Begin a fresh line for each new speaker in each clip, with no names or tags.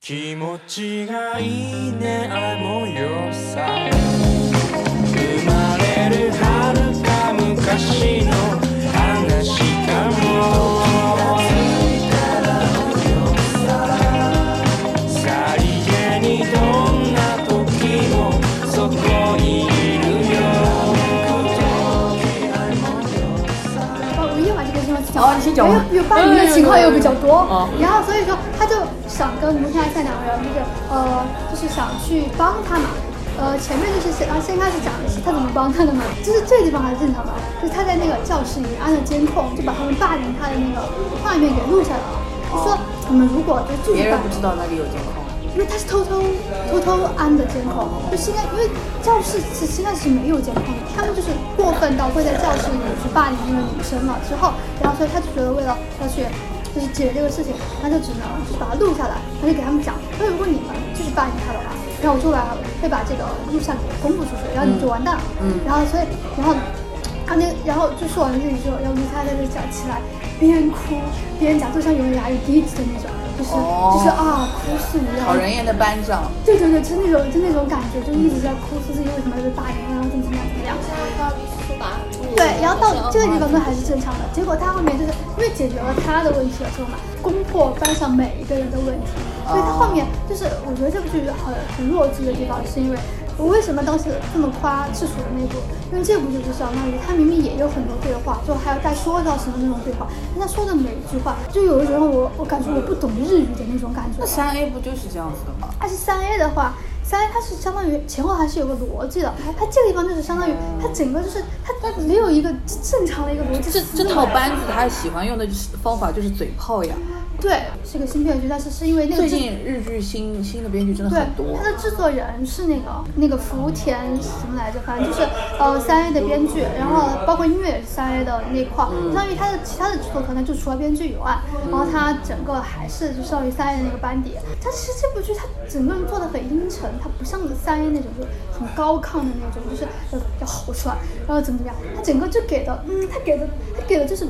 気持ちがいいねあの夜さ生まれる遥か昔の話かもさりげにどんな時もそこにいる
哦，我也把这个地方讲
哦你先讲
因
吧
为有霸凌的情况又比较多
嗯，
然后所以说他就想跟卢泰善两个人就是呃，就是想去帮他嘛。呃，前面就是先，然后先开始讲的是他怎么帮他的嘛，就是这个地方还是正常的，就是他在那个教室里面安了监控，就把他们霸凌他的那个画面给录下来了。就说我们如果就拒绝
别
霸
人不
凌
知，道那里有监控，
因为他是偷偷偷偷安的监控，就现在因为教室是现在是没有监控的，他们就是过分到会在教室里去霸凌那个女生嘛，之后，然后所以他就觉得为了要去就是解决这个事情，他就只能就是把它录下来，他就给他们讲，他说如果你们就是霸凌他的话，然后我就把会把这个录像给公布出去，然后你们就完蛋了，然后所以然后。他那然后就说哎完了这里之后，然后卢灿在这讲起来，边哭边讲，就像有人哑语第一集的那种，就是、就是啊，哭诉无
讨
药
人厌的班长，
对对对，就那种就那种感觉，就一直在哭诉自己为什么被霸凌，然啊后怎么怎么样怎么样。对，然后到这个地方都还是正常的。结果他后面就是因为解决了他的问题了之后嘛，攻破班上每一个人的问题，所以他后面就是我觉得这部剧很很弱智的地方，是因为我为什么当时这么夸赤楚的那部？因为这部剧就相当于他明明也有很多对话，就还要再说到什么那种对话，但他说的每一句话，就有一种让我我感觉我不懂日语的那种感觉
那。三 A 不就是这样子的吗？
它是三 A 的话，三 A 它是相当于前后还是有个逻辑的，它这个地方就是相当于
嗯
它整个就是它它没有一个正常的一个逻辑思
这
维。
这套班子他喜欢用的方法就是嘴炮呀。
对是个新编剧，但是是因为那个
最
制
近日剧新新的编剧真的
对
很多
它，的制作人是那个那个福田什么来着，反正就是呃三 A 的编剧，然后包括音乐也是三 A 的那一块儿，
嗯
相当于它的其他的制作可能就除了编剧以外，然后它整个还是就相当于三 A 的那个班底。但其实这部剧它整个人做的很阴沉，它不像三 A 那种就是很高亢的那种，就是呃要要吼出来，然后怎么怎么样，它整个就给的，嗯，它给的它给的就是。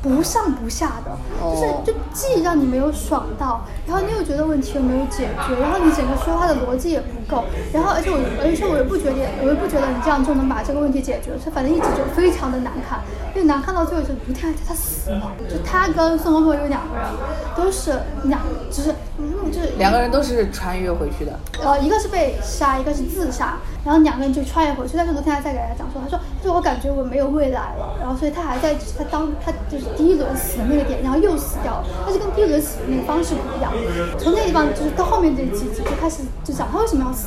不上不下的，
哦
就是就既让你没有爽到，然后你又觉得问题又没有解决，然后你整个说话的逻辑也不够，然后而且我而且我也不觉得我也不觉得你这样就能把这个问题解决，所以反正一直就非常的难看，因为难看到最后就是吴天他死了，就他跟宋慧有两个人都是两就是嗯就是
两个人都是穿越回去的。
呃，一个是被杀，一个是自杀，然后两个人就穿越回去。但是昨天还在给他讲说，他说，就我感觉我没有未来了，然后所以他还在他当他就是第一轮死的那个点，然后又死掉了，但是跟第一轮死的那个方式不一样。从那个地方就是到后面这几集就开始就讲他为什么要死，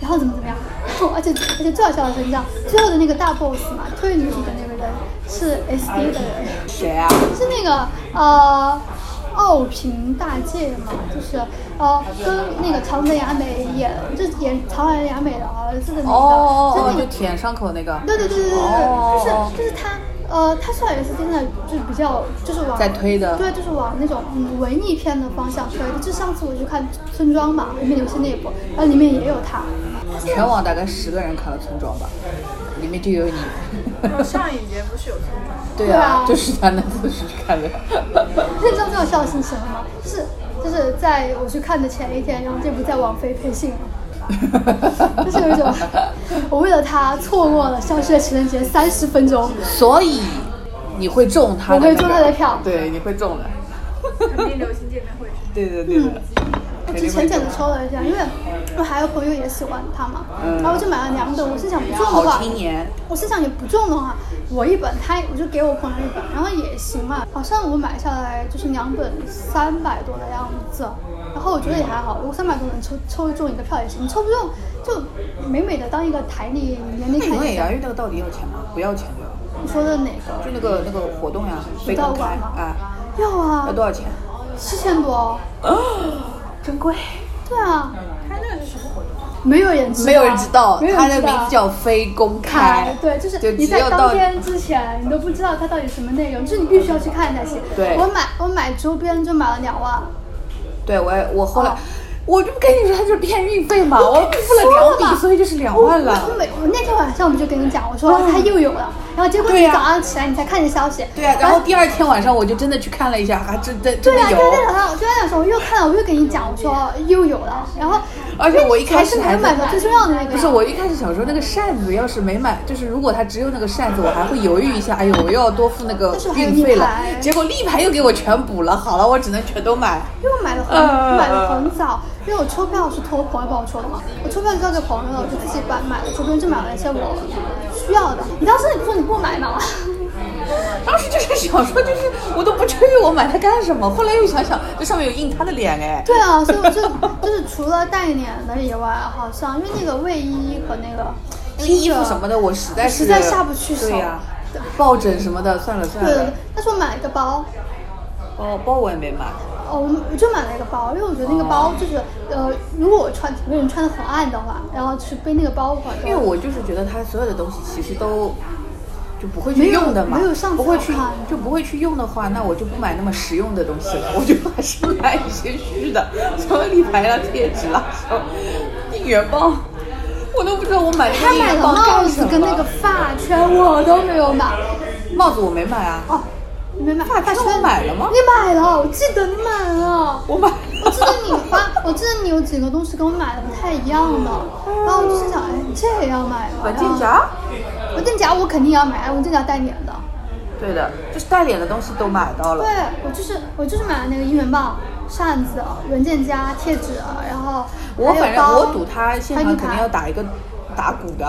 然后怎么怎么样， 然后而且而且最好笑的是，你知道最后的那个大 boss 嘛，推女主的那个人是 SD 的人。
谁啊？
是那个呃奥平大介嘛，就是呃跟那个长泽雅美演，就是演长泽雅美的儿子的那个，
哦哦
就是
哦，
那个，
就舔伤口那个。
对对对对对
哦
对，就是就是他。呃，他虽然也是现在就是比较就是往
在推的
对，就是往那种嗯文艺片的方向推的。就上次我去看《村庄》嘛，里面有是那一部，然后里面也有他，
全网大概十个人看了村庄吧，里面就有 你。
上一节不是有村庄？
对
对啊
就是他那次是看的。
你知道最好笑的是什么吗？是就是在我去看的前一天，然后这部在网飞配信了。就是有一种， 我为了他错过了消失的情人节三十分钟，
所以你会中他的、
我会中他的票
对，你会中的。
肯定流行见面会是吗？
对的，对的。
我就浅浅的抽了一下，因为我还有朋友也喜欢他嘛，然后我就买了两本。我心想不中的话
嗯好，青年，
我心想也不中的话，我一本，他我就给我朋友一本，然后也行嘛。好像我买下来就是两本三百多的样子，然后我觉得也还好，如果三百多能抽抽中一个票也行，抽不中就美美的当一个台历年龄
那啊永
看
远
一下。
牙玉那个到底要钱吗？不要钱的。
你说的哪个？
就那个那个活动呀，被
武道
公开
馆吗
啊，
要啊
要，多少钱？
七千多。
真贵。
对啊，
他那个是什么活动？
没有人知道，
没有人知道，
没有
它
人
的
知道
名字叫非公
开
开。，
对，就是
就
你
只
在
有到
当天之前，你都不知道它到底什么内容，就是你必须要去看才行。
对
我买我买周边就买了两万，
对我也我后来
哦
我就跟你说，它就是骗运费嘛，我付
说
了
了
两笔，
嘛
所以就是两
我
万了。
我每我那天晚上我就跟你讲，我说它又有了，然后结果
啊对
你
呀
早上起来你才看见消息，
对啊，然后第二天晚上我就真的去看了一下，还真的真
对啊，
的
第二
有。
天早上，第二天早上我又看到，我又给你讲，我说又有了，然后
而且我一开始
还
还
买到最重要的那个，
不是，我一开始想说那个扇子，要是没买，就是如果它只有那个扇子，我还会犹豫一下，哎呦，我又要多付那个
但是还有
运费了
立牌。
结果立牌又给我全补了，好了，我只能全都买。
因为我买的很、
呃
买的很早，因为我抽票是托我朋友帮我抽的嘛，我抽票就交给朋友了，我就自己把买了，周边就买了一些我需要的。你当时你不说你不买 吗？
当时就是想说，就是我都不至于我买它干什么。后来又想想，这上面有印他的脸，哎，
对啊，所以我就就是除了带脸的以外，好像因为那个卫衣和那个
那个衣服什么的，我实在是
实在下不去手
对呀、抱枕什么的，算了算
对对对
了。，
但是我买了一个包，
包包我也没买。
哦，我我就买了一个包，因为我觉得那个包就是，呃，如果我穿，有人穿的很暗的话，然后去背那个包的话，
因为我就是觉得它所有的东西其实都就不会
没
去
有
用的嘛，
没有上次啊
不会去
好看
就不会去用的话，那我就不买那么实用的东西了，我就还是买一些虚的，什么立牌啦、贴纸啦、什么应援棒，我都不知道我买那
他
个应
买
援
了
棒
帽
干
子
什
跟那个
么。
发圈，我都没有买。
帽子我没买啊，
哦，你没买
发
发
圈
圈
我买了吗
你买了，我记得你买了。
我买
我记得你花，我记得你有几个东西跟我买的不太一样的，然后我就心想，哎，这也要买吗？
稳定夹，
稳定夹我肯定要买，稳定夹带脸的。
对的，就是带脸的东西都买到
对
了。
我就是我就是买了那个应援棒、扇子、文件夹、贴纸，啊然后
我
还有
反正
包
我赌他现
还有
场
立牌
肯定要打一个打鼓的，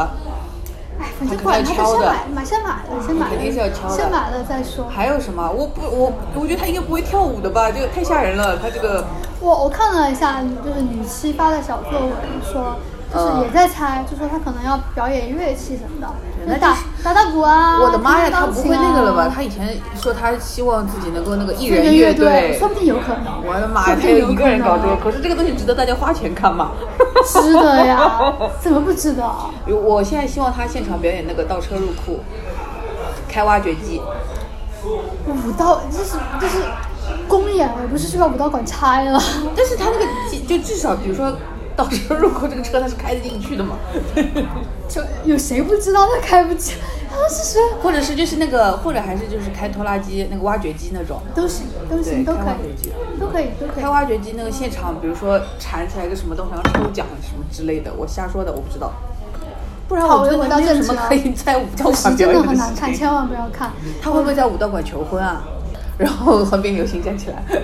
哎，反正管他，
他肯定要敲
先
的
买买先买了，先买了，
肯定是要敲的
先买了再说。
还有什么？我不我我觉得他应该不会跳舞的吧，这个太吓人了，他这个。
我我看了一下，就是女七发的小作文说。就是
嗯
也在猜，就说他可能要表演乐器什么的，
那
就打
就是
打打鼓啊，
我的妈呀，
弹
他
弹
不
钢
会
琴啊
那个了吧？他以前说他希望自己能够那个艺
一人
人
乐
队，
说不定有可能。
我的妈呀，
说不
他
定有
要
可
一个人搞这个，
能
可是这个东西值得大家花钱看 吗？
值得 呀，怎么不值得？
我现在希望他现场表演那个倒车入库，开挖掘机，
武道就是就是公演，而不是去把武道馆拆了。
但是他那个机就至少比如说倒车入库这个车他是开得进去 的嘛，
就有谁不知道他开不起？他是谁？
或者是就是那个或者还是就是开拖拉机那个挖掘机那种。
都行，都行，
对
都可
开挖掘机
以，都可以，都可以
开。挖掘机那个现场，比如说缠起来个什么东西，然后抽奖什么之类的，我瞎说的，我不知道。不然我觉得他没有什么可以在武道
可
馆
惜
表
真的
演
很
事
难看，
情。
千万不要看。
他会不会 在武道馆求婚啊？然后横滨流星站起来，
神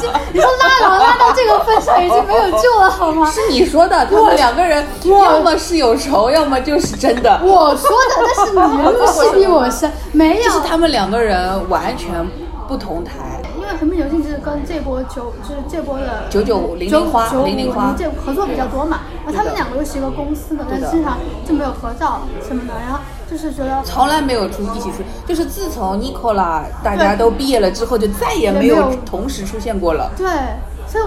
经，你说拉郎拉到这个份上已经没有救了好吗？
是你说的，他们两个人要么是有仇，要么就是真的。
我说的，但是你的入戏比我深，没
就
有
是。他们两个人完全不同台。
因为横滨流星就是跟这波九，就是这波的
九九零零花
九五
零零花
这合作比较多嘛。然后他们两个又是一个公司的，但
对的
经常就没有合照什么的。然后就是觉得
从来没有出一起出，就是自从 Nicola 大家都毕业了之后，就再也没有同时出现过了。
对，所以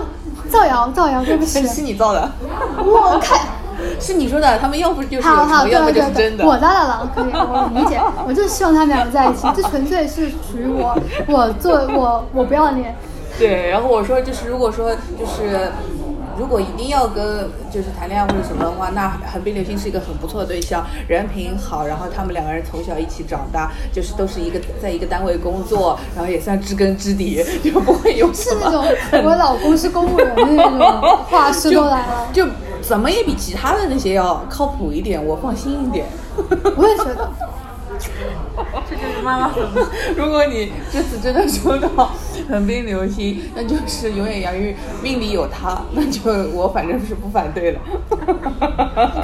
造谣造谣，对不起，
是你造的，
我看。
是你说的，他们要不就是有
好好，
仇，
对
要不就
对
是
对，
真的。
我拉拉郎可以，我理解，我就希望他们两个在一起，这纯粹是属于我，我做我我不要脸，
对，然后我说就是，如果说就是，如果一定要跟就是谈恋爱或者什么的话，那横滨流星是一个很不错的对象，人品好，然后他们两个人从小一起长大，就是都是一个在一个单位工作，然后也算知根知底，就不会有什
是
么
那种我老公是公务员的那种话术都来了。
就就怎么也比其他的那些要靠谱一点，我放心一点。
我也觉得，
这就是妈妈很
如果你这次真的抽到横滨流星，那就是永远洋芋命里有他，那就我反正是不反对了。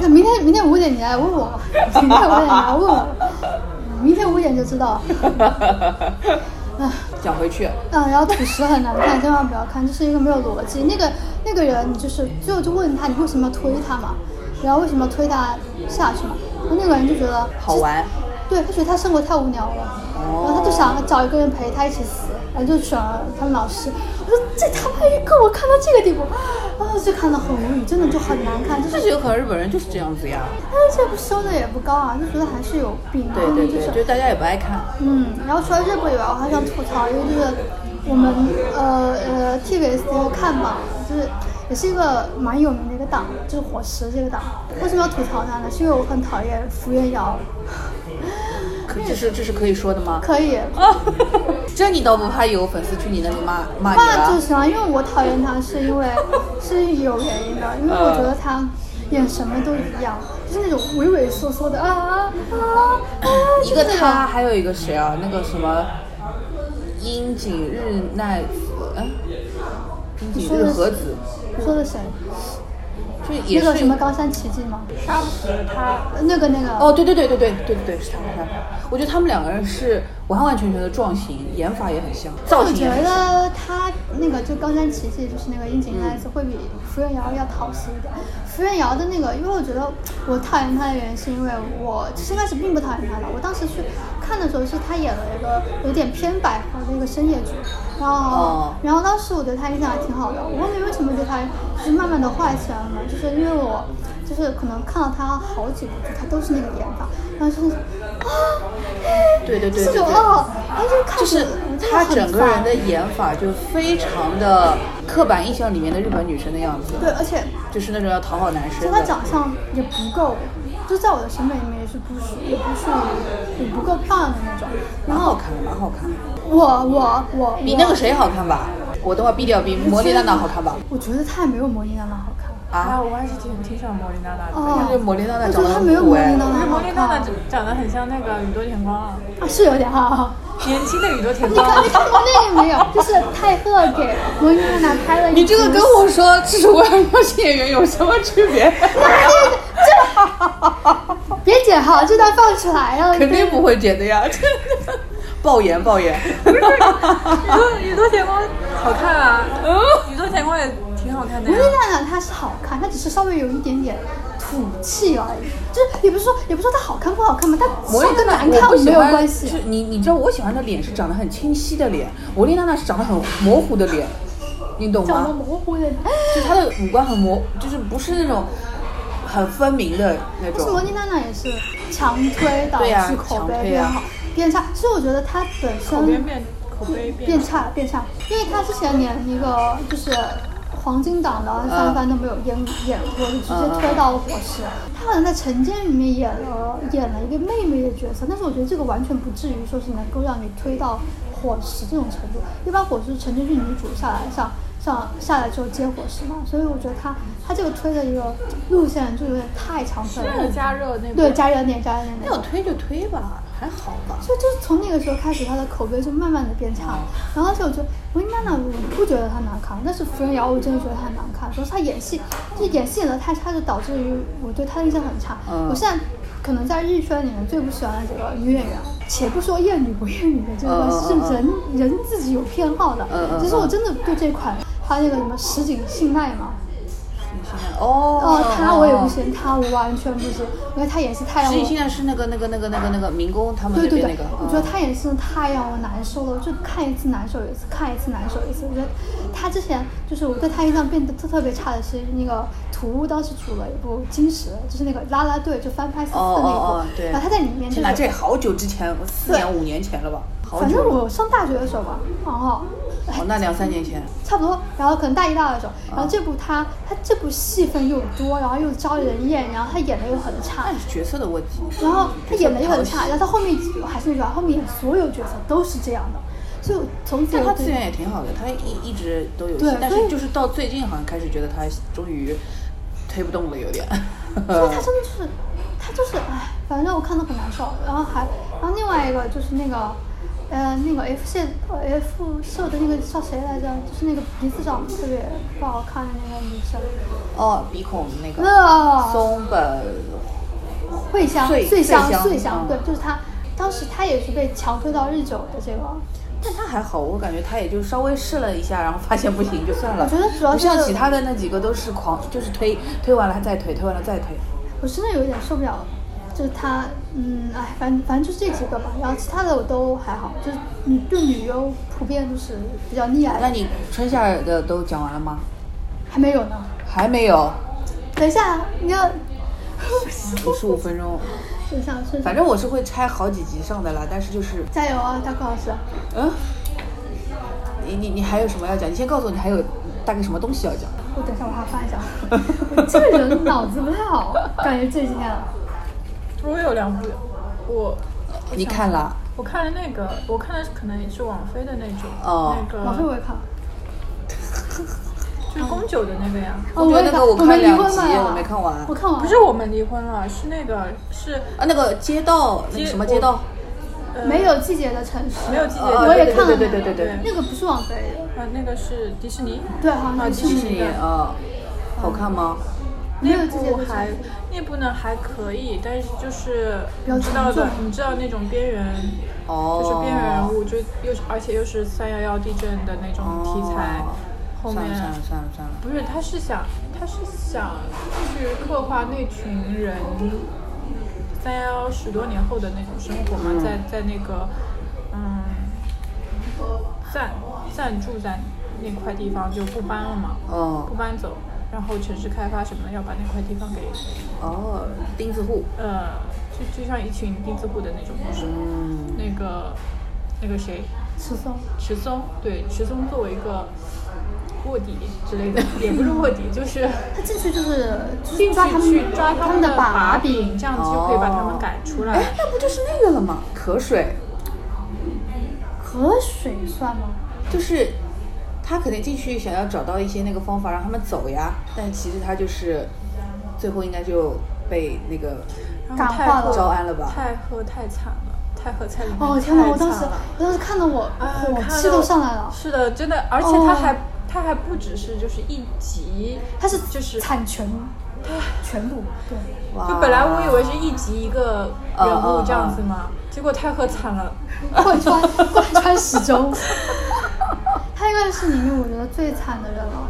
你 看明天明天五点你来问我，明天五点你来问我，明天五点就知道。
啊讲回去，
嗯，然后土石很难看，千万不要看，这是一个没有逻辑。那个那个人，你就是最后就问他，你为什么要推他嘛？然后为什么推他下去嘛？然后那个人就觉得
好玩，
对他觉得他生活太无聊了，
哦
然后他就想找一个人陪他一起死，然后就选了他们老师。我说这他妈一个我看到这个地步，然后就看得很无语，真的就很难看，就是
这有可能日本人就是这样子呀。
哎这部修的也不高啊，就觉得还是有病啊，
对对
就
对，
是
就大家也不爱看。
嗯，然后除了这部以外，我还想吐槽一个，就是我们呃呃 TVS 的看榜，就是也是一个蛮有名的一个党，就是伙食这个党。为什么要吐槽它呢？是因为我很讨厌福原遥，
可这是这是可以说的吗？
可以。
啊， 这你倒不怕有粉丝去你那里骂骂你
那就
了？
行了，因为我讨厌他是 因为是有原因的，因
嗯
为我觉得他演什么都一样，就是那种畏畏缩缩的啊啊啊啊，就
一个
这种
他，还有一个谁啊？那个什么樱井日奈子，哎，樱
你
井
说
日
的
和子，
说的谁？
就也
那
是
个什么高山奇迹吗？
杀不死他，
那个那个
哦，，对对对对对对对对，是他是他。我觉得他们两个人是完完全全的撞型，演法也很像，造
我
型
觉
也很像。
得他那个就高山奇迹，就是那个樱井奈子，
嗯
会比福原遥要讨喜一点。福原遥的那个，因为我觉得我讨厌他的原因是因为我其实一开始并不讨厌他的，我当时去看的时候是他演了一个有点偏百合的一个深夜剧，然后、
哦
然后当时我对他印象还挺好的，我后面为什么对他就是慢慢的坏起来了呢？就是因为我就是可能看到他好几部剧，他都是那个演法，然后就是啊，
对对对
这
对
种
对。
哦，哎，就看着
就是
我真的
她
很
整个
烦
人的演法就非常的刻板印象里面的日本女生的样子，
对，而且
就是那种要讨好男
就
生
她
的。
长相也不够，就在我的审美里面也是不属于，也不属于，也不够漂亮的那种。然
蛮好
后
看的，蛮好看的，
我我我
比那个
我
谁好看吧？我等会儿毙掉，比
我
魔力
觉得
娜娜好看吧？
我觉得她也没有魔力娜娜好看。
啊，
啊，
我还是挺挺喜欢莫莉娜娜的。
哦，
就是魔力娜娜
我
长
觉
得
得她
很
没有
古
魔力
哎
娜娜
因为
好
莫莉娜娜
看。
长长得很像那个宇多田光啊，
啊，是有点哈。
年轻的宇多田
你
光啊
看，。你看过那个没有？就是泰赫给魔力娜娜拍了一
你这个跟我说这是我要邀请演员有什么 区别？
部别剪哈，这段放出来了。
肯定不会剪的呀， 真的爆言爆言。
宇多嗯宇多田光好看啊，宇多田光也挺好看的
魔
呀
力。娜娜她是好看，她只是稍微有一点点土气而已，就是也不是说也不是说她好看不好看嘛，但至
魔
少
力
跟
娜娜
难看
我不喜
没有
欢
关
就
系。
是你你知道我喜欢的脸是长得很清晰的脸，魔力娜娜是长得很模糊的脸，你懂
长得
吗？
模糊的，
就是她的五官很模，就是不是那种很分明的那
但是魔
种。
力娜娜也是强推导
对呀
致口
强
碑
推
变
啊
好、变差。其实我觉得她本
口碑
身
变，口碑变
变。差变差，因为她之前连那个就是。黄金档
嗯
的三番都没有演演过，就直接推到了火石。她好像在《晨间》里面演了演了一个妹妹的角色，但是我觉得这个完全不至于说是能够让你推到火石这种程度。一般火石陈间是女主下来上上下来之后接火石嘛，所以我觉得她她这个推的一个路线就有点太长推了。
加热那
对，加热点，加热点那
要
种。
推就推吧，还好吧。
就就是从那个时候开始，他的口碑就慢慢的变差了。
哦
然后而且我觉得维娜娜，我不觉得她难看，但是福原遥我真的觉得她难看，主要是她演戏，就演戏演的太差，就导致于我对她的印象很差。
嗯
我现在可能在日圈里面最不喜欢的几个女演员，且不说厌女不厌女的这个关系，
嗯嗯嗯
是人人自己有偏好的
嗯嗯。
其实我真的对这款她那个什么石井信奈嘛，
你现在哦
哦，她我也不。行，她我完全不行，因为她演戏太让
石井
我
现在是那个那个那个那个那个嗯民工他们
对
那
对
边
对
那，个，
我觉得他演戏真的太让我难受了，我就看一次难受一次，看一次难受一次。我觉得他之前就是我对他印象变得特特别差的是那个土屋当时出了一部《金石》，就是那个啦啦队就翻拍四次
哦
那一部，
哦哦，对。
然后他在里面就
天哪，
是
这好久之前，四
对
年五年前了吧？好久
反
了。
正我上大学的时候吧，然后
哦，那两三年前。
差不多，然后可能大一、大二的时候，然后这部他他这部戏份又多，然后又招人厌，然后他演的又很差
那，是角色的问题。嗯
然后他演的又很
讨
差，
喜
然后他后面还是那句话，后面演所有角色都是这样的，所以我从此
但
我
他
对
资源也挺好的，他一一直都有戏
对，
但
所
是
以
就是到最近好像开始觉得他终于推不动了，有点。
所以他真的就是，他就是，哎，反正我看的很难受。然后还，然后另外一个就是那个，呃，那个 F 线呃 F 社的那个叫谁来着？就是那个鼻子长得特别不好看的那个女生，
哦，鼻孔那个
那
松本，
惠香，
穗
穗香
穗香，
穗香
嗯，
对，就是她。当时她也是被强推到日久的这个，
但他还好，我感觉他也就稍微试了一下，然后发现不行就算了。
我觉得主要
不
是
像其他的那几个都是狂，就是推推完了再推，推完了再推。
我真的有点受不了。就是她，嗯，哎，反正反正就这几个吧，然后其他的我都还好，就是女对女优普遍就是比较溺爱的，
那你春夏的都讲完了吗？
还没有呢。
还没有，
等一下，你要
五十五分钟。
等一下，是
反正我是会拆好几集上的啦，但是就是，
加油啊，大柯老师！
嗯，你你你还有什么要讲？你先告诉我你还有大概什么东西要讲。
我等一下我还要翻一 下，这个人脑子不太好，感觉这几天啊
我有两部，我
你看了？
我看了那个，我看的是可能也是王菲的那种，
哦
那个
老费我也嗯看了，
就是宫九的那个呀。
哦，
我
我
觉得
也
那
看，
个我
我
看
们离
两
婚
集
了呀，
我没看完
我看完了，
不是我们离婚了，是那个是
啊，那个街道，那个
街
什么街道？
呃
没有季节的城市，
没有季节
哦
的，
我也看了
对对对对对
那个不是王菲的，
呃那个是迪士尼，
对，好像是
啊
迪
其
士
实
尼
是的
啊，好看吗？
没有
那
季节
部
的城
还
市。
那部呢还可以，但是就是
比较
你知道
沉
的
重，
你知道那种边缘，
哦，
就是边缘人物，就又是而且又是三幺幺地震的那种题材
哦，
后
算了
面
算了算了算了，
不是他是想他是想去刻画那群人三幺幺十多年后的那种生活嘛，在在那个嗯暂暂住在那块地方就不搬了嘛，
哦
不搬走，然后城市开发什么的要把那块地方给
哦，钉子户，
呃，就就像一群钉子户的那种故事。
嗯，
那个那个谁，
十松，
池松，对，池松作为一个卧底之类的， 也不是 卧底，就是
他进去就是就是
进
抓他
去
们
去抓
他
们
的
把
柄，哦
这样子就可以把他们赶出来。
哎，那不就是那个了吗？渴水，
河水算吗？
就是他可能进去想要找到一些那个方法让他们走呀，但其实他就是最后应该就被那个
然
感
后
化
太
了
和
招安了吧
太和太惨了，太和菜里面
哦天哪！
太
我当
惨
时
了
我当时看得我
啊
火
看
气
到
都上来了。
是的，真的，而且
哦
他还他还不只是就是一集，
他是
就是
产权，全部对，
哇，
就本来我以为是一集一个
嗯
人物
嗯
这样子
嗯
嘛，结果太和惨了。
贯 穿贯穿始 终。他应该是里面我觉得最惨的人了。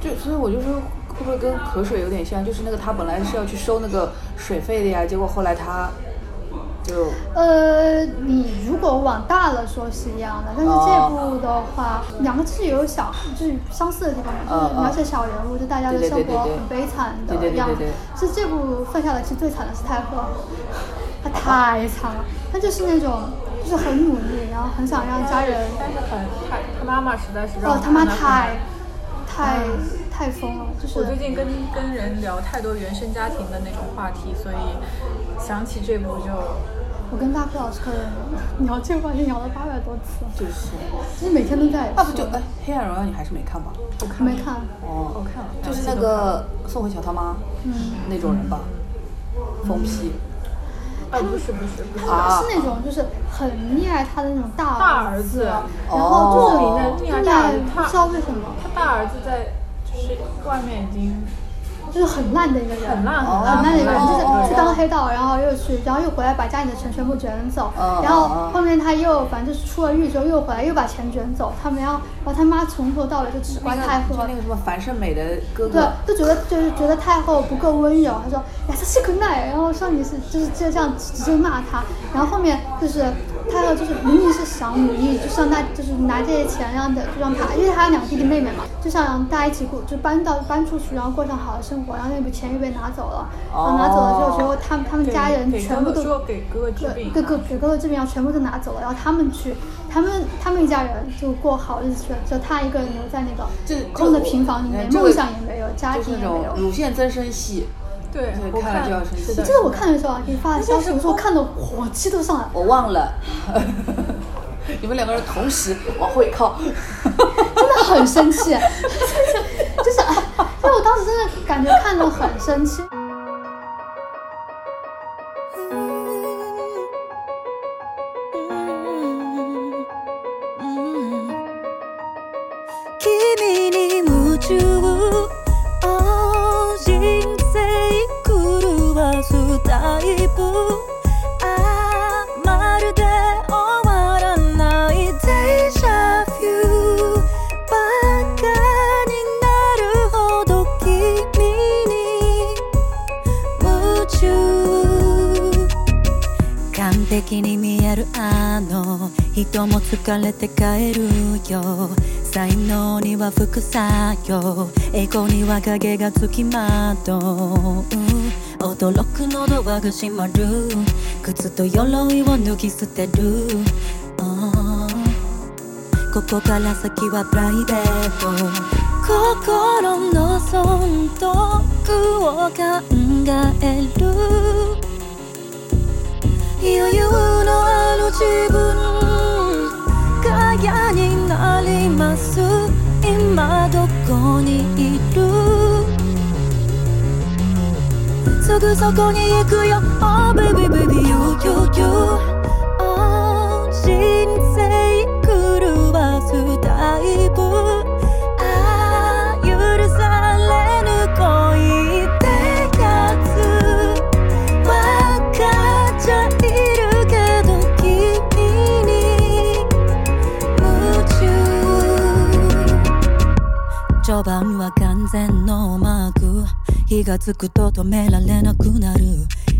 就所以我就说，会不会跟河水有点像？就是那个他本来是要去收那个水费的呀，结果后来他就
呃，你如果往大了说是一样的，但是这部的话，两个其实也有小，就是相似的地方，就
嗯
是描写小人物，就大家的
对
生
对对
活
对对
很悲惨的
对对对
样子
对对。
是这部分下来，其实最惨的是太赫，他太惨了，他就是那种就是很努力，然后很想让家人
但是很他他妈妈实在是让
哦
我，
他妈
看到
太，太太疯了，就是
我最近跟跟人聊太多原生家庭的那种话题，所以想起这部就
我跟大柯老师可能聊这个话题聊了八百多次，啊
就是，
就是每天都在说。
那不就哎，黑暗荣耀你还是没看吧？
不看
没
了，
看，
哦，
我看了，
就是那个送回小他妈，
嗯，
那种人吧，疯批
呃不是不是不是，
啊
是那种就是很溺爱他的那种大
大
儿
儿
子，
子
然后
哦
就是
你
溺
的溺
爱
爱大儿子
不知道为什么，
他大儿子在就是外面已经
就是很烂的一个人，
很烂
哦
很
烂
烂的一个人，
哦
就是去
哦
当黑道，然后又去，然后又回来把家里的钱全部卷走，
哦
然后
哦哦
后面他又反正就是出了狱之后又回来又把钱卷走，他们要把他妈从头到尾就只
那
管
个
太
就
和
那。个什么樊胜美的哥
对
哥，，
就觉得就是觉得太后不够温柔，他说呀，他是个奶，然后上女是就是就这样直接骂他，然后后面就是太后就是明明是想努力，就像他就是拿这些钱让的就让他，因为他有两个弟弟妹妹嘛，就想让大家一起过就搬到搬出去，然后过上好的生活，然后那笔钱又被拿走了，然后拿走了之后，结果他们他们
哦给
家人
给
全部
哥哥
都
说给哥哥治
对，
病，
各个各个这边要全部都拿走了，然后他们去，他们他们一家人就过好日子去了，就他一个人留在那
这
个
这
空的
我
平房里
哎
面，
这
梦
个
想也没有，家
就是
庭
那
也没有
种。乳腺增生系，
对
对，
我
看了就要生气
是
我
的
记，得我看的时候啊，给你发的消息，
那就是
我说我看的火气都上来了，
我忘了， 你们两个人同时往后一靠，
真的很生气， 就是 啊，因为我当时真的感觉看的很生气。
君に夢中哦人生狂わすタイプあーまるで終わらないデジャブバカになるほど君に夢中完璧に見えるあの人も疲れて帰るよ才能には副作用栄光には影がつきまとう驚く喉はぐしまる靴と鎧を脱ぎ捨てる、あーここから先はプライベート心の損得を考える余裕のある自分が嫌になります今どこにいるすぐそこに行くよ Oh baby baby you you you Oh 人生狂わすタイプああ許されぬ恋ってやつわかっちゃいるけど君に夢中序盤は完全ノーマーク火がつくと止められなくなる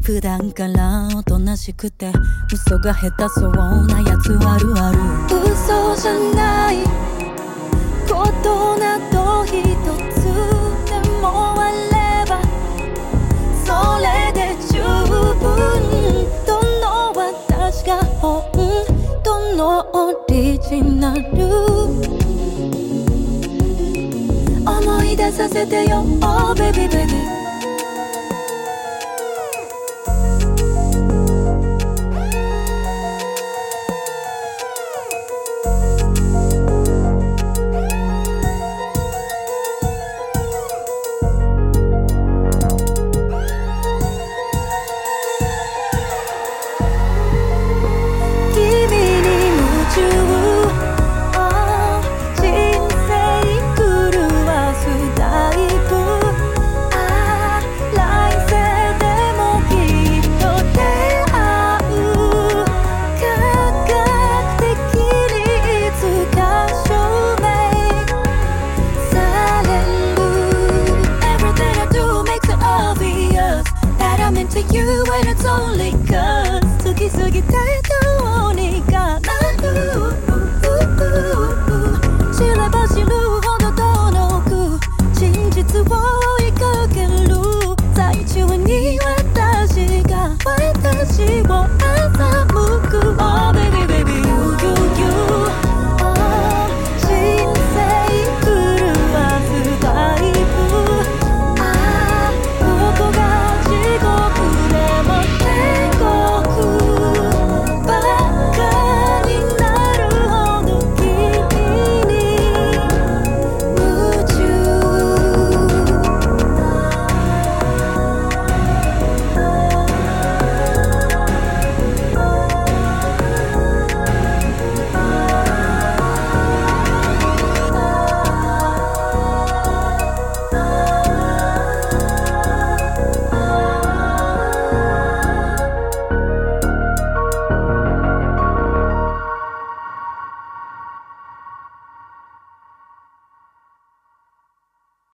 普段からおとなしくて嘘が下手そうなやつあるある嘘じゃないことなど一つでもあればそれで十分どの私が本当のオリジナル思い出させてよ Oh baby baby